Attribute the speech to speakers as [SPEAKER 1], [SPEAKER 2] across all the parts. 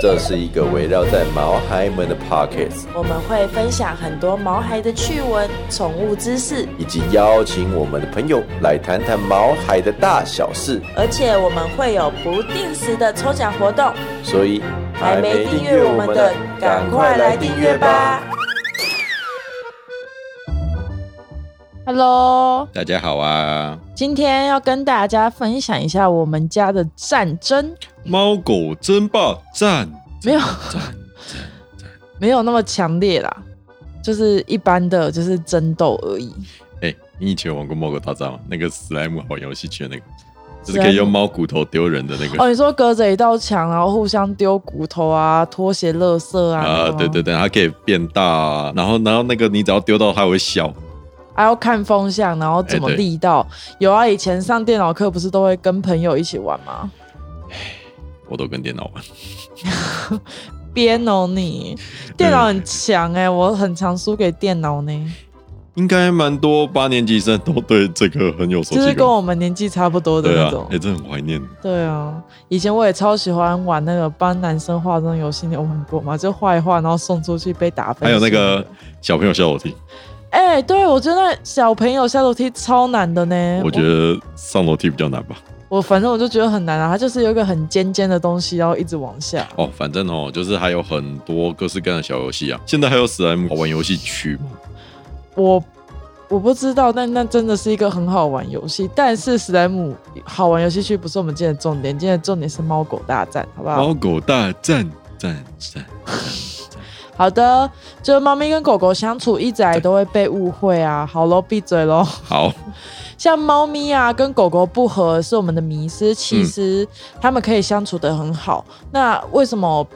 [SPEAKER 1] 这是一个围绕在毛孩们的 Pockets，
[SPEAKER 2] 我们会分享很多毛孩的趣闻、宠物知识，
[SPEAKER 1] 以及邀请我们的朋友来谈谈毛孩的大小事。
[SPEAKER 2] 而且我们会有不定时的抽奖活动，
[SPEAKER 1] 所以
[SPEAKER 2] 还没订阅我们的，赶快来订阅吧！！Hello，
[SPEAKER 1] 大家好啊！
[SPEAKER 2] 今天要跟大家分享一下我们家的战争，
[SPEAKER 1] 猫狗争霸战，
[SPEAKER 2] 没有，没有那么强烈啦，就是一般的，就是争斗而已。
[SPEAKER 3] 哎、你以前有玩过《猫狗大战》吗？那个史莱姆好游戏圈那个，就
[SPEAKER 2] 史
[SPEAKER 3] 是
[SPEAKER 2] 莱姆
[SPEAKER 3] 可以用猫骨头丢人的那个。
[SPEAKER 2] 哦，你说隔着一道墙，然后互相丢骨头啊、拖鞋、垃圾啊？那
[SPEAKER 3] 啊，
[SPEAKER 2] 个吗
[SPEAKER 3] 对对。对，它可以变大啊，然后然后那个你只要丢到它会笑，
[SPEAKER 2] 还啊要看风向，然后怎么
[SPEAKER 3] 哎对
[SPEAKER 2] 力道。有啊，以前上电脑课不是都会跟朋友一起玩吗？
[SPEAKER 3] 我都跟电脑玩。
[SPEAKER 2] 编哦你，电脑很强哎、我很常输给电脑呢，
[SPEAKER 3] 应该蛮多八年级生都对这个很有熟
[SPEAKER 2] 就是
[SPEAKER 3] 悉
[SPEAKER 2] 跟
[SPEAKER 3] 感。
[SPEAKER 2] 我们年纪差不多的
[SPEAKER 3] 对
[SPEAKER 2] 那
[SPEAKER 3] 啊
[SPEAKER 2] 种，
[SPEAKER 3] 哎、。这很怀念。
[SPEAKER 2] 对啊，以前我也超喜欢玩那个帮男生化妆游戏，你有玩过吗？就画一画，然后送出去被打分。
[SPEAKER 3] 还有那个，小朋友笑我听，
[SPEAKER 2] 哎、对我觉得小朋友下楼梯超难的呢。
[SPEAKER 3] 我觉得上楼梯比较难吧。
[SPEAKER 2] 我反正我就觉得很难啊，它就是有一个很尖尖的东西，然后一直往下。
[SPEAKER 3] 哦，反正哦，就是还有很多各式各样的小游戏啊。现在还有史莱姆好玩游戏区嘛？
[SPEAKER 2] 我我不知道，但那真的是一个很好玩游戏。但是史莱姆好玩游戏区不是我们今天的重点，今天的重点是猫狗大战，好不好？
[SPEAKER 3] 猫狗大战战战。
[SPEAKER 2] 好的，就是猫咪跟狗狗相处一直来都会被误会啊。好喽，闭嘴喽。
[SPEAKER 3] 好，
[SPEAKER 2] 像猫咪啊跟狗狗不合是我们的迷失，其实它们可以相处的很好。那为什么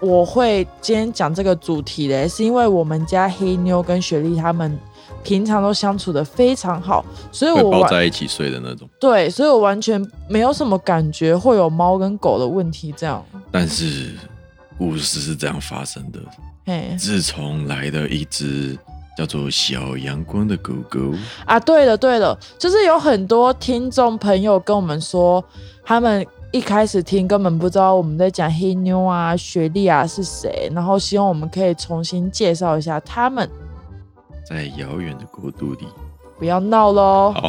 [SPEAKER 2] 我会今天讲这个主题嘞？是因为我们家黑妞跟雪莉它们平常都相处的非常好，所以
[SPEAKER 3] 会
[SPEAKER 2] 我
[SPEAKER 3] 抱
[SPEAKER 2] 完
[SPEAKER 3] 在一起睡的那种。
[SPEAKER 2] 对，所以我完全没有什么感觉会有猫跟狗的问题这样。
[SPEAKER 3] 但是故事是这样发生的：
[SPEAKER 2] 嘿
[SPEAKER 3] 自从来了一只叫做小阳光的狗狗，
[SPEAKER 2] 啊，对了对了，就是有很多听众朋友跟我们说，他们一开始听根本不知道我们在讲黑妞啊、雪莉啊是谁，然后希望我们可以重新介绍一下他们。
[SPEAKER 3] 在遥远的国度里。
[SPEAKER 2] 不要闹喽，
[SPEAKER 3] 好，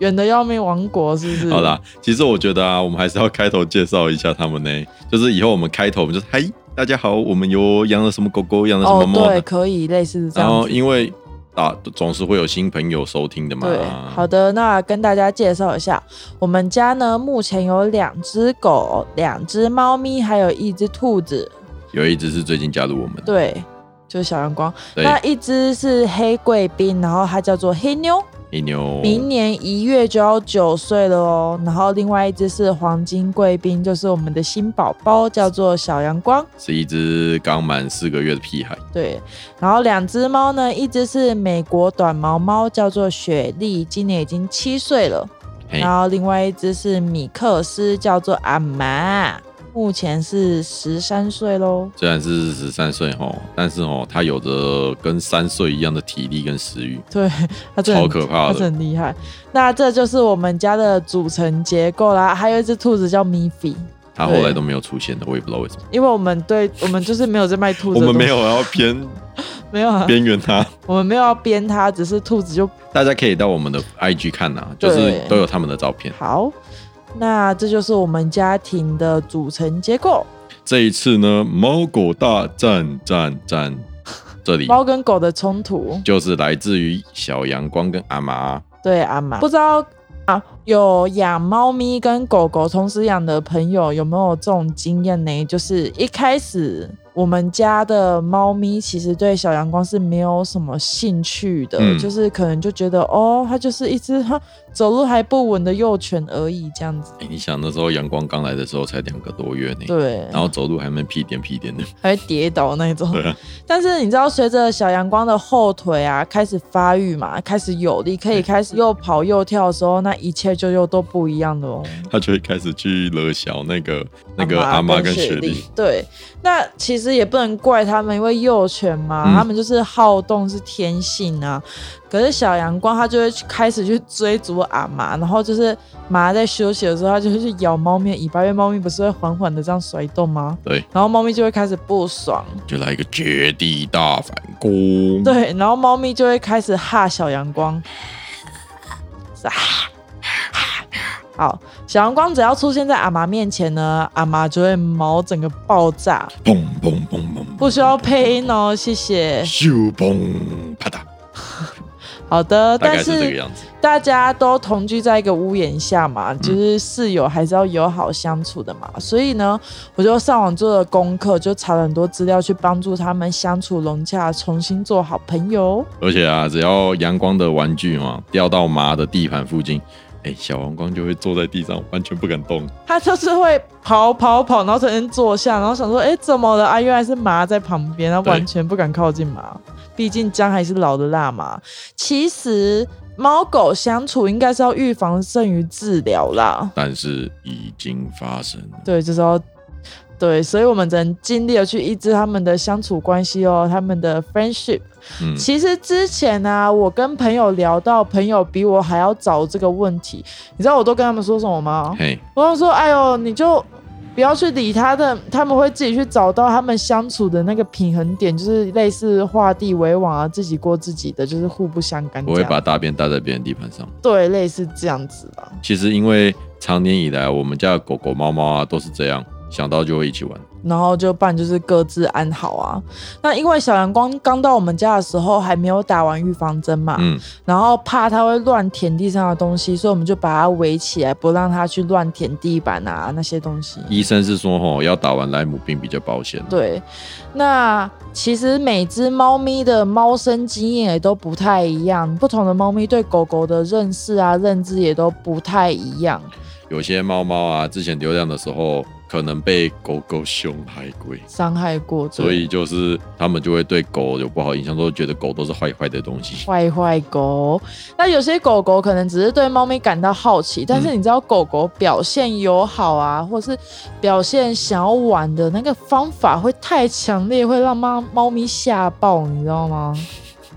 [SPEAKER 2] 远的要命，王国是不哦是？
[SPEAKER 3] 好啦，其实我觉得啊，我们还是要开头介绍一下他们呢。就是以后我们开头，我们就嗨，大家好，我们有养了什么狗狗，养了什么，
[SPEAKER 2] 哦
[SPEAKER 3] 猫
[SPEAKER 2] 对，
[SPEAKER 3] 呢？
[SPEAKER 2] 可以类似这
[SPEAKER 3] 然
[SPEAKER 2] 样
[SPEAKER 3] 后
[SPEAKER 2] 子。
[SPEAKER 3] 因为啊，总是会有新朋友收听的嘛。
[SPEAKER 2] 对，好的，那跟大家介绍一下，我们家呢目前有两只狗、两只猫咪，还有一只兔子。
[SPEAKER 3] 有一只是最近加入我们的，
[SPEAKER 2] 对，就是小阳光。
[SPEAKER 3] 对，
[SPEAKER 2] 那一只是黑贵宾，然后它叫做黑妞，
[SPEAKER 3] 黑妞，
[SPEAKER 2] 明年一月就要九岁了哦。然后另外一只是黄金贵宾，就是我们的新宝宝，叫做小阳光。
[SPEAKER 3] 是一只刚满四个月的屁孩。
[SPEAKER 2] 对，然后两只猫呢，一只是美国短毛猫，叫做雪莉，今年已经七岁了。
[SPEAKER 3] 嘿，
[SPEAKER 2] 然后另外一只是米克斯，叫做阿玛，目前是十三岁喽。
[SPEAKER 3] 虽然是十三岁吼，但是吼，他有着跟三岁一样的体力跟食欲，
[SPEAKER 2] 对，它真的
[SPEAKER 3] 超
[SPEAKER 2] 很
[SPEAKER 3] 可怕
[SPEAKER 2] 它是
[SPEAKER 3] 的。
[SPEAKER 2] 很厉害。那这就是我们家的组成结构啦。还有一只兔子叫米菲，
[SPEAKER 3] 他后来都没有出现的，我也不知道为什么。
[SPEAKER 2] 因为我们对我们就是没有在卖兔
[SPEAKER 3] 我
[SPEAKER 2] 子的东西，
[SPEAKER 3] 们没有要偏
[SPEAKER 2] 没有 啊，
[SPEAKER 3] 边缘他，
[SPEAKER 2] 我们没有要编它，只是兔子就
[SPEAKER 3] 大家可以到我们的 IG 看呐、啊就是
[SPEAKER 2] 对
[SPEAKER 3] 都有他们的照片。
[SPEAKER 2] 好。那这就是我们家庭的组成结构，
[SPEAKER 3] 这一次呢，猫狗大战战战，这里
[SPEAKER 2] 猫跟狗的冲突。
[SPEAKER 3] 就是来自于小阳光跟阿玛。
[SPEAKER 2] 对阿玛，不知道啊，有养猫咪跟狗狗同时养的朋友有没有这种经验呢？就是一开始我们家的猫咪其实对小阳光是没有什么兴趣的，
[SPEAKER 3] 嗯
[SPEAKER 2] 就是可能就觉得哦，它就是一只哈走路还不稳的幼犬而已这样子。
[SPEAKER 3] 哎、你想那时候阳光刚来的时候才两个多月呢，
[SPEAKER 2] 对，
[SPEAKER 3] 然后走路还蛮屁颠屁颠的。
[SPEAKER 2] 还会跌倒那种。
[SPEAKER 3] 哦对啊
[SPEAKER 2] 但是你知道，随着小阳光的后腿啊开始发育嘛，开始有力，可以开始又跑又跳的时候，那一切对就又都不一样的哦。
[SPEAKER 3] 他就会开始去惹小那个那个阿
[SPEAKER 2] 嬷
[SPEAKER 3] 妈跟雪
[SPEAKER 2] 莉
[SPEAKER 3] 莉。
[SPEAKER 2] 对，那其实也不能怪他们，因为幼犬嘛，
[SPEAKER 3] 嗯
[SPEAKER 2] 他们就是好动是天性啊。可是小阳光他就会去开始去追逐阿妈，然后就是马在休息的时候，他就会去咬猫咪的尾巴，因为猫咪不是会缓缓的这样甩动吗？
[SPEAKER 3] 对，
[SPEAKER 2] 然后猫咪就会开始不爽，
[SPEAKER 3] 就来一个绝地大反攻。
[SPEAKER 2] 对，然后猫咪就会开始哈小阳光，是啊，好，小阳光只要出现在阿妈面前呢，阿妈就会毛整个爆炸，
[SPEAKER 3] 砰砰砰砰，
[SPEAKER 2] 不需要配音哦，谢谢。
[SPEAKER 3] 咻砰啪嗒，
[SPEAKER 2] 好的，
[SPEAKER 3] 大
[SPEAKER 2] 但
[SPEAKER 3] 概是这个
[SPEAKER 2] 是
[SPEAKER 3] 样嗯子。
[SPEAKER 2] 大家都同居在一个屋檐下嘛，就是室友还是要友好相处的嘛，所以呢，我就上网做了功课，就查了很多资料去帮助他们相处融洽，重新做好朋友。
[SPEAKER 3] 而且啊，只要阳光的玩具嘛掉到麻的地盘附近，哎、小阳光就会坐在地上，完全不敢动。
[SPEAKER 2] 他就是会跑跑跑，然后突然坐下，然后想说，哎、怎么了？啊，原来是麻在旁边，他
[SPEAKER 3] 对
[SPEAKER 2] 完全不敢靠近麻，毕竟姜还是老的辣嘛。其实猫狗相处应该是要预防胜于治疗啦，
[SPEAKER 3] 但是已经发生了。
[SPEAKER 2] 对，就是要对，所以我们只能尽力的去抑制他们的相处关系哦，他们的 friendship。
[SPEAKER 3] 嗯，
[SPEAKER 2] 其实之前呢、我跟朋友聊到，朋友比我还要早这个问题，你知道我都跟他们说什么吗？
[SPEAKER 3] 嘿，
[SPEAKER 2] 我想说，哎呦，你就不要去理他的，他们会自己去找到他们相处的那个平衡点，就是类似画地为王啊，自己过自己的，就是互不相嗯干这
[SPEAKER 3] 我
[SPEAKER 2] 样。
[SPEAKER 3] 会把大便搭在别人地盘上。
[SPEAKER 2] 对，类似这样子吧。
[SPEAKER 3] 其实因为常年以来，我们家的狗狗、猫猫啊都是这样，想到就会一起玩。
[SPEAKER 2] 然后就办就是各自安好啊。那因为小阳光刚到我们家的时候还没有打完预防针嘛，
[SPEAKER 3] 嗯，
[SPEAKER 2] 然后怕它会乱舔地上的东西，所以我们就把它围起来，不让它去乱舔地板啊那些东西。
[SPEAKER 3] 医生是说吼要打完莱姆病比较保险。
[SPEAKER 2] 对，那其实每只猫咪的猫生经验也都不太一样，不同的猫咪对狗狗的认识啊、认知也都不太一样。
[SPEAKER 3] 有些猫猫啊，之前流浪的时候可能被狗狗凶害过，
[SPEAKER 2] 伤害过，对
[SPEAKER 3] 所以就是他们就会对狗有不好印象，都觉得狗都是坏坏的东 西。
[SPEAKER 2] 坏坏狗。那有些狗狗可能只是对猫咪感到好奇，但是
[SPEAKER 3] 嗯
[SPEAKER 2] 你知道狗狗表现友好啊，或是表现想要玩的那个方法会太强烈，会让猫猫咪吓爆，你知道吗？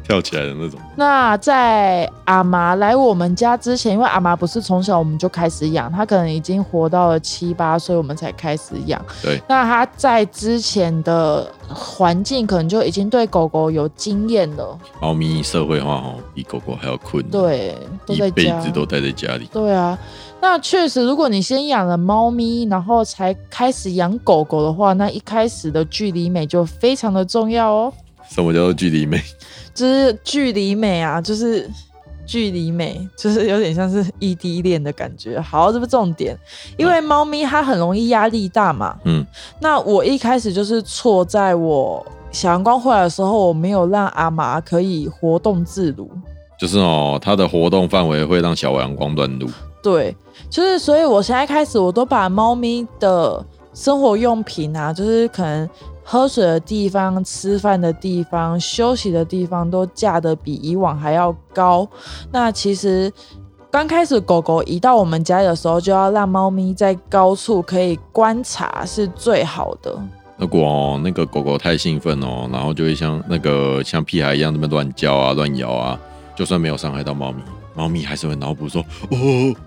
[SPEAKER 3] 跳起来的那种。
[SPEAKER 2] 那在阿妈来我们家之前，因为阿妈不是从小我们就开始养，她可能已经活到了七八岁，我们才开始养。
[SPEAKER 3] 对，
[SPEAKER 2] 那她在之前的环境可能就已经对狗狗有经验了，
[SPEAKER 3] 猫咪社会化哦，比狗狗还要困。，
[SPEAKER 2] 对，都在
[SPEAKER 3] 一辈
[SPEAKER 2] 家
[SPEAKER 3] 子。都待在家里。
[SPEAKER 2] 对啊，那确实，如果你先养了猫咪，然后才开始养狗狗的话，那一开始的距离美就非常的重要哦。
[SPEAKER 3] 什么叫做距离美？
[SPEAKER 2] 就是距离美啊，就是距离美，就是有点像是异地恋的感觉。好，这不重点，因为猫咪它很容易压力大嘛。
[SPEAKER 3] 嗯，
[SPEAKER 2] 那我一开始就是错在我小阳光回来的时候，我没有让阿玛可以活动自如。
[SPEAKER 3] 就是哦，它的活动范围会让小阳光乱入。
[SPEAKER 2] 对，就是所以我现在开始，我都把猫咪的生活用品啊，就是可能喝水的地方、吃饭的地方、休息的地方，都架得比以往还要高。那其实。刚开始狗狗移到我们家里的时候，就要让猫咪在高处可以观察是最好的。
[SPEAKER 3] 如果、哦、那个狗狗太兴奋哦，然后就会像那个像屁孩一样那边乱叫啊、乱咬啊，就算没有伤害到猫咪，猫咪还是会脑补说：“哦，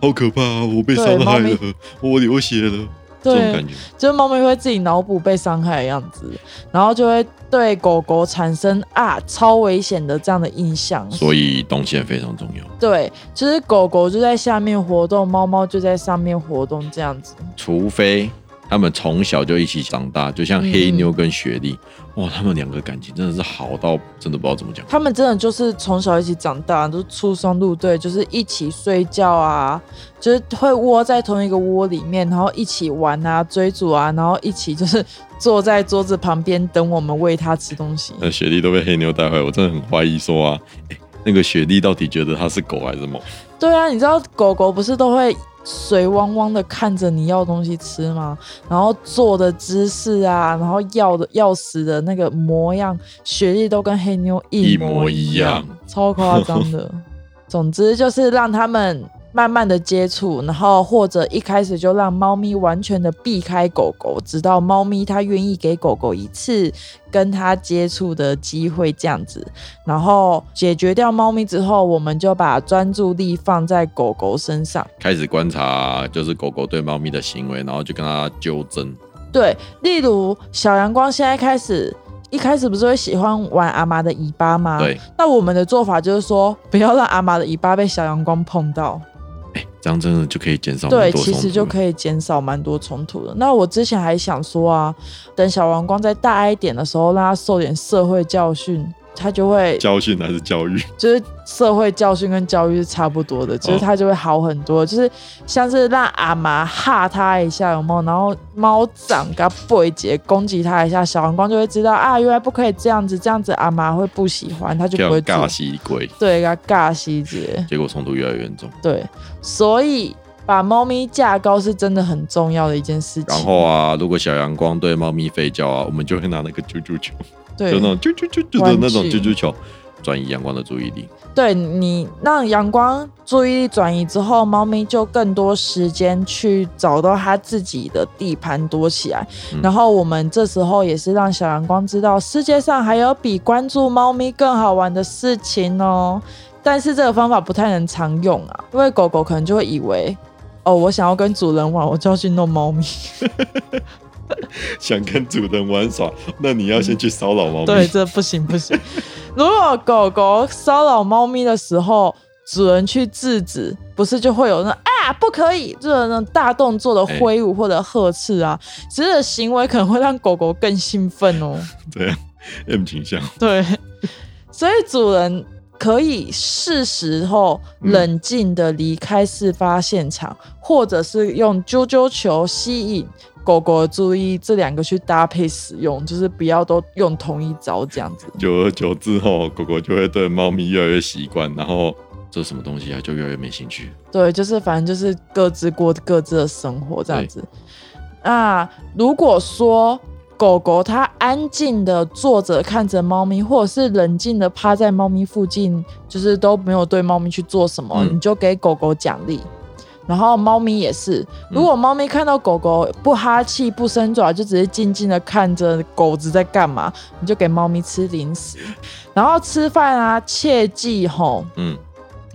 [SPEAKER 3] 好可怕、啊，我被伤
[SPEAKER 2] 对猫
[SPEAKER 3] 害
[SPEAKER 2] 咪
[SPEAKER 3] 了，我流血了。”这种
[SPEAKER 2] 对
[SPEAKER 3] 感，觉，
[SPEAKER 2] 就是猫咪会自己脑补被伤害的样子，然后就会对狗狗产生啊超危险的这样的印象。
[SPEAKER 3] 所以动线非常重要。
[SPEAKER 2] 对，就是狗狗就在下面活动，猫猫就在上面活动，这样子。
[SPEAKER 3] 除非他们从小就一起长大，就像黑
[SPEAKER 2] 嗯
[SPEAKER 3] 妞跟雪莉，哇，他们两个感情真的是好到真的不知道怎么讲。
[SPEAKER 2] 他们真的就是从小一起长大，都出双入对，就是一起睡觉啊，就是会窝在同一个窝里面，然后一起玩啊、追逐啊，然后一起就是坐在桌子旁边等我们喂它吃东西。
[SPEAKER 3] 那雪莉都被黑妞带坏，我真的很怀疑说啊，诶那个雪莉到底觉得它是狗还是猫？
[SPEAKER 2] 对啊，你知道狗狗不是都会水汪汪的看着你要东西吃吗？然后坐的姿势啊，然后要的要死的那个模样，雪莉都跟黑妞一模
[SPEAKER 3] 一模一样
[SPEAKER 2] 样，超夸张的。总之就是让他们慢慢的接触，然后或者一开始就让猫咪完全的避开狗狗，直到猫咪它愿意给狗狗一次跟它接触的机会，这样子。然后解决掉猫咪之后，我们就把专注力放在狗狗身上。
[SPEAKER 3] 开始观察就是狗狗对猫咪的行为，然后就跟它纠正。
[SPEAKER 2] 对，例如小阳光现在开始，一开始不是会喜欢玩阿妈的尾巴吗？。
[SPEAKER 3] 对，
[SPEAKER 2] 那我们的做法就是说，不要让阿妈的尾巴被小阳光碰到。
[SPEAKER 3] 哎、这样真的就可以减少
[SPEAKER 2] 对，
[SPEAKER 3] 蛮多
[SPEAKER 2] 其
[SPEAKER 3] 冲
[SPEAKER 2] 实
[SPEAKER 3] 突
[SPEAKER 2] 就
[SPEAKER 3] 了
[SPEAKER 2] 可以减少蛮多冲突的。那我之前还想说啊，等小王光再大一点的时候，让他受点社会教训，他就会
[SPEAKER 3] 教训还是教育？
[SPEAKER 2] 就是社会教训跟教育是差不
[SPEAKER 3] 嗯
[SPEAKER 2] 多的，就是他就会好很多。就是像是让阿妈吓他一下，有没有？然后猫掌给他拨一截，攻击他一下，小王光就会知道啊，原来不可以这样子，这样子阿妈会不喜欢，他就
[SPEAKER 3] 这样
[SPEAKER 2] 不会做
[SPEAKER 3] 尬。西鬼，
[SPEAKER 2] 对，给他尬细节。
[SPEAKER 3] 结果冲突越来越严重。
[SPEAKER 2] 对，所以把猫咪架高是真的很重要的一件事情。
[SPEAKER 3] 然后啊，如果小阳光对猫咪吠叫啊，我们就会拿那个啾啾球，
[SPEAKER 2] 对
[SPEAKER 3] 就那种啾啾啾啾的
[SPEAKER 2] 玩具
[SPEAKER 3] 那种啾啾球，转移阳光的注意力。
[SPEAKER 2] 对你让阳光注意力转移之后，猫咪就更多时间去找到它自己的地盘躲起来。
[SPEAKER 3] 嗯
[SPEAKER 2] 然后我们这时候也是让小阳光知道，世界上还有比关注猫咪更好玩的事情哦。但是这个方法不太能常用啊，因为狗狗可能就会以为，哦，我想要跟主人玩，我就要去弄猫咪。
[SPEAKER 3] 想跟主人玩耍，那你要先去骚扰猫咪。
[SPEAKER 2] 嗯对，这不行不行。如果狗狗骚扰猫咪的时候，主人去制止，不是就会有那啊不可以这种那种大动作的挥舞或者呵斥啊，其实行为可能会让狗狗更兴奋哦。
[SPEAKER 3] 对啊，M 倾向。
[SPEAKER 2] 对，所以主人可以是时候
[SPEAKER 3] 嗯
[SPEAKER 2] 冷静的离开事发现场，或者是用啾啾球吸引。狗狗的注意这两个去搭配使用，就是不要都用同一招这样子。
[SPEAKER 3] 久而久之后，狗狗就会对猫咪越来越习惯，然后这什么东西啊，就越来越没兴趣。
[SPEAKER 2] 对，就是反正就是各自过各自的生活这样子。那如果说狗狗它安静的坐着看着猫咪，或者是冷静的趴在猫咪附近，就是都没有对猫咪去做什么，
[SPEAKER 3] 嗯
[SPEAKER 2] 你就给狗狗奖励。然后猫咪也是，如果猫咪看到狗狗不哈气、不伸爪，就只是静静的看着狗子在干嘛，你就给猫咪吃零食。然后吃饭啊，切记吼，
[SPEAKER 3] 嗯，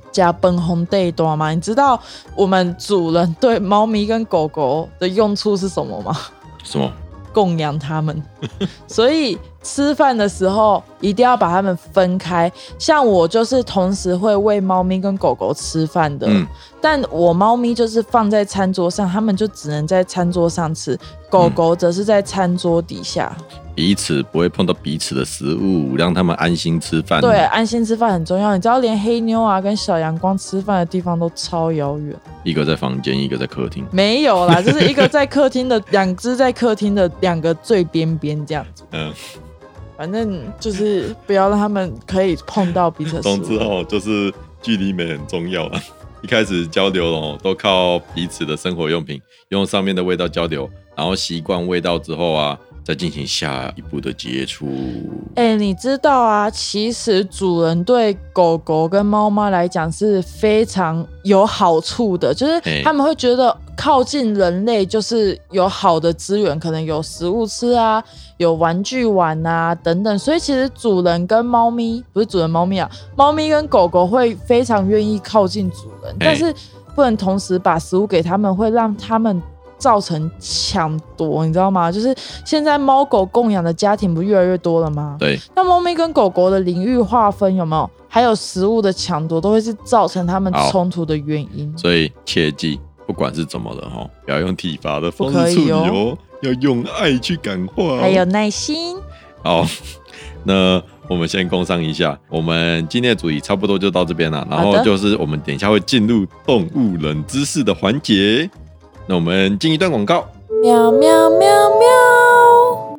[SPEAKER 2] 加崩红地多吗？你知道我们主人对猫咪跟狗狗的用处是什么吗？
[SPEAKER 3] 什么？
[SPEAKER 2] 供养它们，所以吃饭的时候一定要把它们分开。像我就是同时会喂猫咪跟狗狗吃饭的，
[SPEAKER 3] 嗯
[SPEAKER 2] 但我猫咪就是放在餐桌上，它们就只能在餐桌上吃；狗狗则是在餐桌底下。
[SPEAKER 3] 彼此不会碰到彼此的食物，让他们安心吃饭。
[SPEAKER 2] 对，安心吃饭很重要。你知道，连黑妞啊跟小阳光吃饭的地方都超遥远。
[SPEAKER 3] 一个在房间，一个在客厅。
[SPEAKER 2] 没有啦，就是一个在客厅的，两只在客厅的两个最边边这样子。
[SPEAKER 3] 嗯，
[SPEAKER 2] 反正就是不要让他们可以碰到 彼此的食
[SPEAKER 3] 总之
[SPEAKER 2] 物。
[SPEAKER 3] 哦，就是距离美很重要啊。 一开始交流哦，都靠彼此的生活用品，用上面的味道交流，然后习惯味道之后啊，再进行下一步的接触。
[SPEAKER 2] 哎、你知道啊，其实主人对狗狗跟猫猫来讲是非常有好处的，就是
[SPEAKER 3] 哎
[SPEAKER 2] 他们会觉得靠近人类就是有好的资源，可能有食物吃啊，有玩具玩啊等等，所以其实主人跟猫咪不是主人猫咪啊，猫咪跟狗狗会非常愿意靠近主人，但是不能同时把食物给他们，会让他们造成抢夺，你知道吗？就是现在猫狗供养的家庭不越来越多了吗？
[SPEAKER 3] 对，
[SPEAKER 2] 那猫咪跟狗狗的领域划分有没有？还有食物的抢夺，都会是造成他们
[SPEAKER 3] 好
[SPEAKER 2] 冲突的原因。
[SPEAKER 3] 所以切记，不管是怎么了哈，不要用体罚的方
[SPEAKER 2] 不可
[SPEAKER 3] 式
[SPEAKER 2] 以
[SPEAKER 3] 处理
[SPEAKER 2] 哦
[SPEAKER 3] 哦，要用爱去感化、哦。
[SPEAKER 2] 还有耐心，
[SPEAKER 3] 好， 那我们先工商一下，我们今天的主题差不多就到这边了。然
[SPEAKER 2] 好
[SPEAKER 3] 后
[SPEAKER 2] 的
[SPEAKER 3] 就是我们等一下会进入动物冷知识的环节，那我们进一段广告。
[SPEAKER 2] 喵喵喵喵。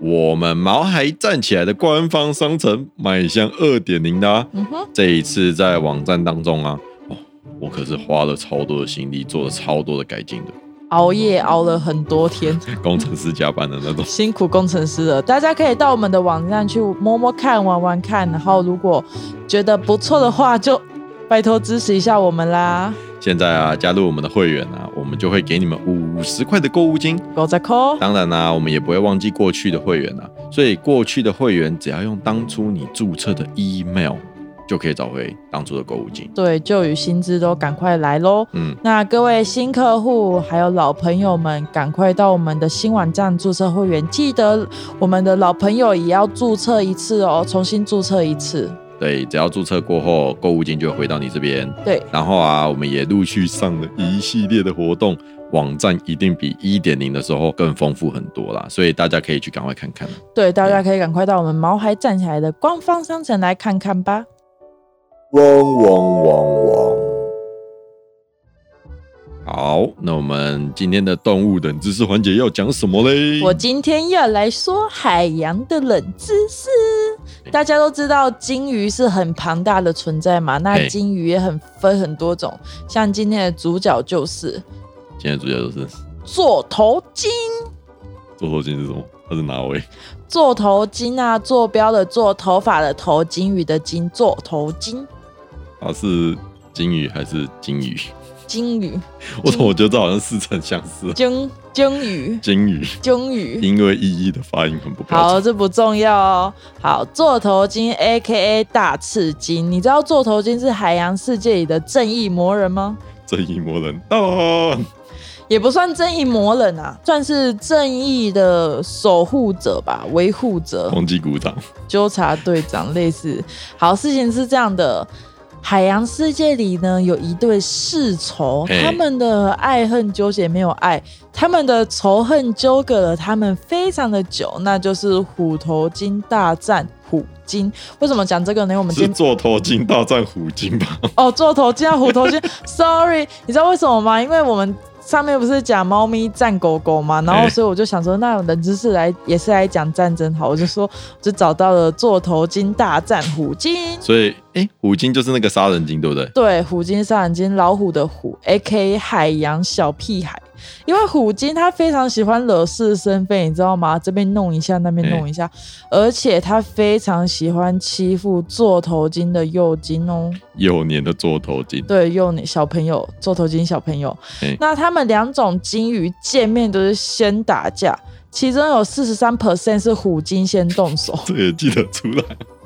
[SPEAKER 3] 我们毛孩站起来的官方商城迈向二点零啦！
[SPEAKER 2] 嗯哼，
[SPEAKER 3] 这一次在网站当中啊，哦，我可是花了超多的心力，做了超多的改进的，
[SPEAKER 2] 熬夜熬了很多天，
[SPEAKER 3] 工程师加班的那种。
[SPEAKER 2] 辛苦工程师了。大家可以到我们的网站去摸摸看、玩玩看，然后如果觉得不错的话，就拜托支持一下我们啦！
[SPEAKER 3] 现在啊，加入我们的会员啊，我们就会给你们五十块的购物金。
[SPEAKER 2] 狗仔扣，
[SPEAKER 3] 当然啦、我们也不会忘记过去的会员啊，所以过去的会员只要用当初你注册的 email 就可以找回当初的购物金。
[SPEAKER 2] 对，旧与新知都赶快来喽！
[SPEAKER 3] 嗯，
[SPEAKER 2] 那各位新客户还有老朋友们，赶快到我们的新网站注册会员，记得我们的老朋友也要注册一次哦，重新注册一次。
[SPEAKER 3] 对，只要注册过后，购物金就会回到你这边。
[SPEAKER 2] 对，
[SPEAKER 3] 然后啊，我们也陆续上了一系列的活动，网站一定比一点零的时候更丰富很多啦，所以大家可以去赶快看看。
[SPEAKER 2] 对，大家可以赶快到我们毛孩站起来的官方商城来看看吧。
[SPEAKER 1] 嗡嗡嗡嗡。
[SPEAKER 3] 好，那我们今天的动物冷知识环节要讲什么嘞？
[SPEAKER 2] 我今天要来说海洋的冷知识。大家都知道鲸鱼是很庞大的存在嘛，那
[SPEAKER 3] 嘿
[SPEAKER 2] 鲸鱼也很分很多种，像今天的主角就是
[SPEAKER 3] 今天的主角就是
[SPEAKER 2] 座头鲸。
[SPEAKER 3] 座头鲸是什么？它是哪位？
[SPEAKER 2] 座头鲸啊，坐标的坐，头发的头，鲸鱼的鲸，座头鲸，
[SPEAKER 3] 它啊是鲸鱼还是鲸鱼？
[SPEAKER 2] 鲸鱼，
[SPEAKER 3] 我怎么觉得这好像似曾相识？
[SPEAKER 2] 鲸鲸鱼，
[SPEAKER 3] 鲸鱼，
[SPEAKER 2] 鲸鱼。
[SPEAKER 3] 因为意义的发音很不标准。
[SPEAKER 2] 好，这不重要哦。好，座头鲸 （A K A 大刺鲸），你知道座头鲸是海洋世界里的正义魔人吗？
[SPEAKER 3] 正义魔人啊到，
[SPEAKER 2] 也不算正义魔人啊，算是正义的守护者吧，维护者、
[SPEAKER 3] 忘记鼓掌。
[SPEAKER 2] 纠察队长类似。好，事情是这样的。海洋世界里呢，有一对世仇，
[SPEAKER 3] 嘿
[SPEAKER 2] 他们的爱恨纠结没有爱，他们的仇恨纠葛了他们非常的久，那就是虎头鲸大战虎鲸。为什么讲这个呢？我们今
[SPEAKER 3] 是
[SPEAKER 2] 天
[SPEAKER 3] 座头鲸大战虎鲸吧？
[SPEAKER 2] 哦，座头鲸啊，虎头鲸，sorry，你知道为什么吗？因为我们上面不是讲猫咪战狗狗嘛，然后
[SPEAKER 3] 哎
[SPEAKER 2] 所以我就想说，那冷知识来也是来讲战争好，我就说就找到了座头鲸大战虎鲸。
[SPEAKER 3] 所以，哎、虎鲸就是那个杀人鲸，对不对？
[SPEAKER 2] 对，虎鲸、杀人鲸、老虎的虎，A K 海洋小屁孩。因为虎鲸它非常喜欢惹是生非，你知道吗？这边弄一下，那边弄一下，而且它非常喜欢欺负座头鲸的幼鲸哦。
[SPEAKER 3] 幼年的座头鲸，
[SPEAKER 2] 对，幼年小朋友，座头鲸小朋友。
[SPEAKER 3] 哎
[SPEAKER 2] 那他们两种鲸鱼见面都是先打架，其中有四十三 percent 是虎鲸先动手，
[SPEAKER 3] 这也记得出来。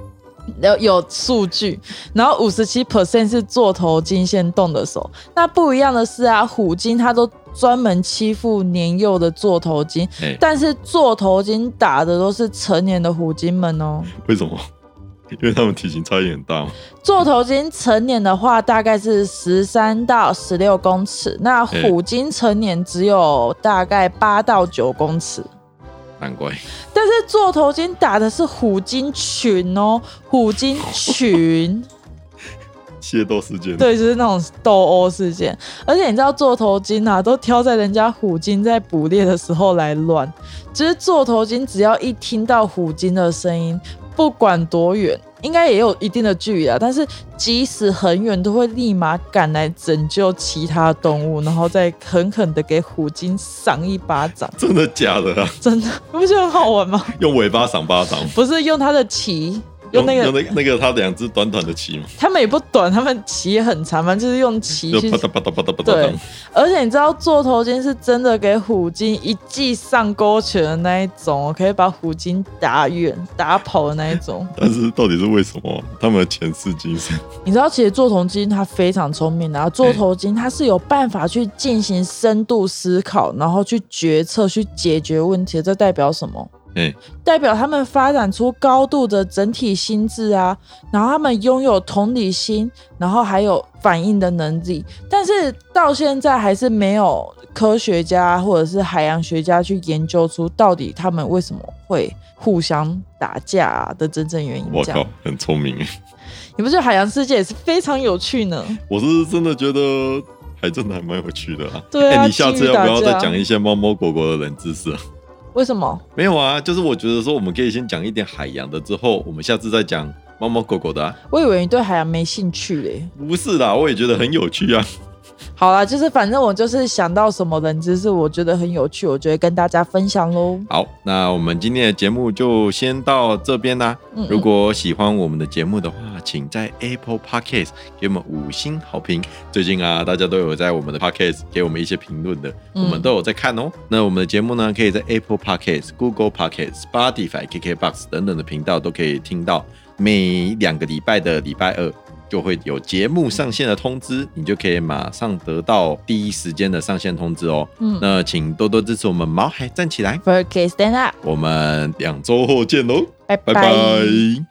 [SPEAKER 2] 有有数据。然后五十七 percent 是座头鲸先动的手。那不一样的是啊，虎鲸它都专门欺负年幼的座头鲸，
[SPEAKER 3] 哎、
[SPEAKER 2] 但是座头鲸打的都是成年的虎鲸们哦。
[SPEAKER 3] 为什么？因为他们体型差异很大嘛。
[SPEAKER 2] 座头鲸成年的话，大概是十三到十六公尺，那虎鲸成年只有大概八到九公尺。
[SPEAKER 3] 难怪
[SPEAKER 2] 但是座头鲸打的是虎鲸群哦，虎鲸群，
[SPEAKER 3] 械斗事件。
[SPEAKER 2] 对，就是那种斗殴事件。而且你知道座头鲸啊，都挑在人家虎鲸在捕猎的时候来乱，就是座头鲸只要一听到虎鲸的声音，不管多远，应该也有一定的距离啊，但是即使很远，都会立马赶来拯救其他动物，然后再狠狠的给虎鲸赏一巴掌。
[SPEAKER 3] 真的假的啊？
[SPEAKER 2] 真的，你不觉得很好玩吗？
[SPEAKER 3] 用尾巴赏巴掌，
[SPEAKER 2] 不是用它的鳍，用那
[SPEAKER 3] 用
[SPEAKER 2] 个，
[SPEAKER 3] 那那个它两只短短的鳍嘛，
[SPEAKER 2] 它们也不短，它们鳍也很长嘛，就是用鳍
[SPEAKER 3] 就
[SPEAKER 2] 去
[SPEAKER 3] 啪嗒啪嗒啪嗒啪嗒
[SPEAKER 2] 对
[SPEAKER 3] 当。，
[SPEAKER 2] 而且你知道座头鲸是真的给虎鲸一记上勾拳的那一种，可以把虎鲸打远、打跑的那一种。
[SPEAKER 3] 但是到底是为什么？他们的前世 今生
[SPEAKER 2] 你知道，其实座头鲸它非常聪明的、啊，座头鲸它是有办法去进行深度思考，然后去决策、去解决问题的。这代表什么？
[SPEAKER 3] 哎
[SPEAKER 2] 代表他们发展出高度的整体心智啊，然后他们拥有同理心，然后还有反应的能力，但是到现在还是没有科学家或者是海洋学家去研究出到底他们为什么会互相打架、啊、的真正原因。
[SPEAKER 3] 我
[SPEAKER 2] 这样
[SPEAKER 3] 靠，，很聪明哎！
[SPEAKER 2] 你不觉得海洋世界也是非常有 趣呢？
[SPEAKER 3] 我是真的觉得还真的还蛮有趣的啊。
[SPEAKER 2] 对啊
[SPEAKER 3] 哎你下次要不要
[SPEAKER 2] 金鱼
[SPEAKER 3] 再
[SPEAKER 2] 打架
[SPEAKER 3] 讲一些猫猫狗狗的冷知识啊？
[SPEAKER 2] 为什么？
[SPEAKER 3] 没有啊，就是我觉得说我们可以先讲一点海洋的，之后我们下次再讲猫猫狗狗的、啊。
[SPEAKER 2] 我以为你对海洋没兴趣嘞。
[SPEAKER 3] 不是啦，我也觉得很有趣啊。
[SPEAKER 2] 好啦，就是反正我就是想到什么冷知识，我觉得很有趣，我就会跟大家分享喽。
[SPEAKER 3] 好，那我们今天的节目就先到这边啦。
[SPEAKER 2] 嗯嗯
[SPEAKER 3] 如果喜欢我们的节目的话，请在 Apple Podcast 给我们五星好评。最近啊，大家都有在我们的 Podcast 给我们一些评论的，我
[SPEAKER 2] 嗯
[SPEAKER 3] 们都有在看哦。那我们的节目呢，可以在 Apple Podcast、Google Podcast、Spotify、KKBox 等等的频道都可以听到。每两个礼拜的礼拜二就会有节目上线的通知，你就可以马上得到第一时间的上线通知哦。
[SPEAKER 2] 嗯
[SPEAKER 3] 那请多多支持我们毛孩站起来。
[SPEAKER 2] f o r k Stand Up，
[SPEAKER 3] 我们两周后见喽，
[SPEAKER 2] 拜
[SPEAKER 3] 拜拜